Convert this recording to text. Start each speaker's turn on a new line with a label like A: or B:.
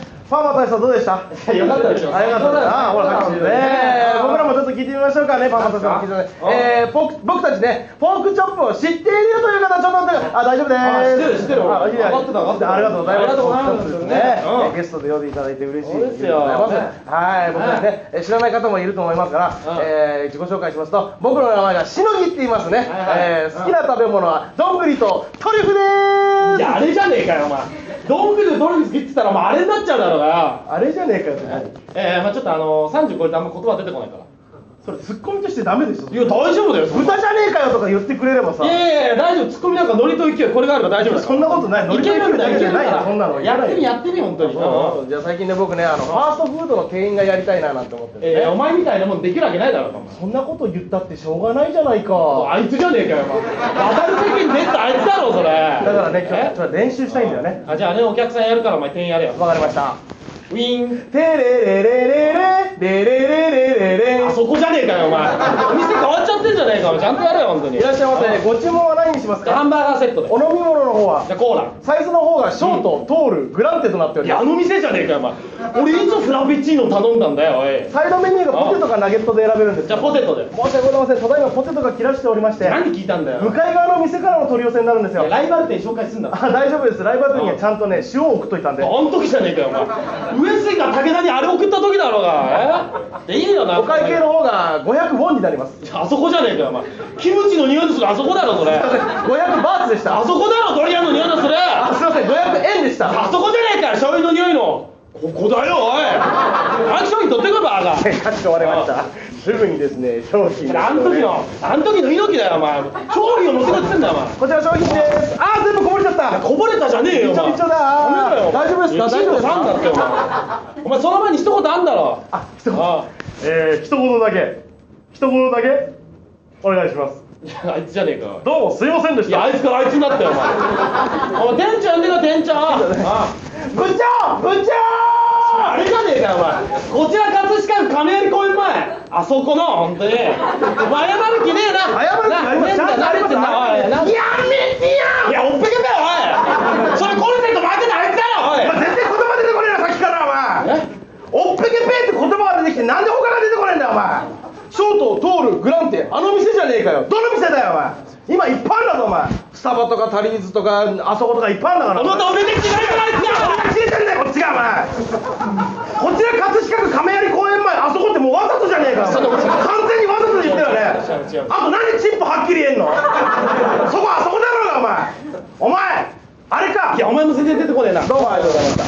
A: 橋さんどうでした
B: いやよかったでしょ
A: あよかったですあほら拍手ね僕らもちょっと聞いてみましょうかねパパさんの聞いてねえー僕僕たちねフォークチョップを知っているよという方ちょっと待ってあ大丈夫です
B: あ知ってる知ってる
A: あいや
B: 上がってた上がってた
A: ありがとうございます
B: ありがとうございます
A: そうです
B: ね
A: ね
B: う
A: え
B: ん
A: ーゲストで呼んでいただいて嬉しい
B: そうですよ
A: ありがとうございますはい僕たちねえー知らない方もいると思いますから
B: うん
A: えー自己紹介しますと僕の名前がしのぎって言いますね
B: はいはい
A: えー好きな食べ物はどんぐりとトリュフで
B: いや
A: す
B: あれじゃねえかよお前どんぐりでどれに好きって言ったらお前あれになっちゃうだろうが
A: あれじゃねえかよって何
B: えー、まあちょっとあの30超えてあんま言葉出てこないから
A: それツッコミとしてダメでしょ
B: いや大丈夫だよそんな
A: 豚じゃねえかよとか言ってくれればさ
B: いやいやいや大丈夫ツッコミなんかノリと勢いこれがあれば大丈夫だから
A: そんなことないノリ
B: い
A: と勢
B: け
A: い
B: るんだ
A: だ
B: い
A: けじゃ
B: ける
A: ないよ
B: から
A: そんなのいら
B: や
A: な
B: っ
A: い
B: て
A: よ
B: みやってみ本当に
A: そううんじゃあ最近ね僕ねあのファーストフードの店員がやりたいななんて思って
B: えー、
A: る
B: お前みたいなもんできるわけないだろうがお前
A: そんなこと言ったってしょうがないじゃないか
B: あいつじゃねえかよお前渡る責任出たあいつだろそれ
A: だからね今
B: え
A: 日ちょっと練習したいんだよね
B: あじゃあねお客さんやるからお前店員やれよ
A: わかりました
B: ウィーン
A: テレレレレレレレレレレレ
B: あそこじゃねえかよお前お店変わっちゃってんじゃねえかお前ちゃんとやれよ本当に
A: いらっしゃいませご注文は何にします
B: じゃ
A: か
B: あハンバーガーセットで
A: お飲み物の方は
B: じゃあコーラ
A: サイズの方がショート、トール、グランテとなっており
B: いや
A: ま
B: あ
A: す
B: の店じゃねえかよお前俺いつフラペチーノ頼んだんだよおい
A: サイドメニューがポテトかナゲットで選べるんです
B: じゃあポテトで
A: 申し訳ございませんただいまポテトが切らしておりまして
B: 何聞いたんだよ
A: 向かい側の店からの取り寄せになるんです
B: いや
A: よ
B: ライバル店紹介すんだ
A: あ 大丈夫ですライバル店にはちゃんとね塩を送っといたんで
B: あん時じゃねえかよお前上杉が武田にあれ送った時だろうがえでいいよな
A: お会計の方が500ウォンになります
B: あそこじゃねえかよお前キムチの匂いのするあそこだろそれ
A: 500バーツでした
B: あそこだろドリアンの匂いのする
A: あ
B: あ
A: すいません500円でした
B: そこじゃねえかよ醤油の匂いのここだよおいあん商品取ってこいバ ーガー
A: かしこまりましたすぐにですね商品
B: あん時のあん時の猪木だよお前調理を乗せてってんだよお前
A: こちら商品ですあー全部こぼれちゃった
B: こぼれたじゃねえよお前
A: びちょびちょだ
B: やめろよ
A: 大丈夫ですか
B: 一
A: 大
B: の
A: 丈
B: 三
A: 夫
B: だってお前お前その前に一言あんだろ
A: あ一言
B: あ
A: えー、一言だけ一言だけお願いします
B: いやあいつじゃねえかよ
A: どうもすいませんでし
B: いやあいつからあいつになったよお前お前店長呼んでこい店長あ
A: 部長部長
B: あれじゃねえかよお前こちら葛飾区亀有公園前あそこの本当にお前謝る気ねえな
A: 謝る気あります
B: な
A: ちゃんとあります
B: 慣れてんだおいな
A: やめて
B: いやおっぺけだよおいそれコルセット巻いてたあいつだ
A: や
B: よ
A: 全然言葉出てこねえなさっきからお前
B: おいえ
A: おっぺけぺって言葉が出てきてなんで他が出てこねえんだよお前ショートトールグランテあの店じゃねえかよどの店だよお前今いっぱいあるんだぞお前スタバとかタリーズとかあそことかいっぱいあるんだからお
B: あ
A: 前
B: なたお出てきてないからあいつだよ
A: 知れてんだよこっちがお前こちら葛飾区亀有公園前あそこってもうわざとじゃねえかよ
B: ちょっと
A: 完
B: 待って
A: 全にわざとで言ったよね
B: 違う違う違う
A: あと何チンポはっきり言えんのそこあそこだろうがお前お前あれか
B: いやお前も全然出てこねえな
A: どうもありがとうございました